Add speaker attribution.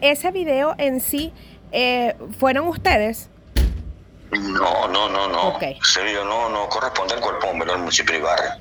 Speaker 1: Ese video en sí, eh, ¿fueron ustedes?
Speaker 2: No, no, no, no.
Speaker 1: Ok.
Speaker 2: En serio, no, no corresponde al cuerpo bomberos del municipio de Ibarra.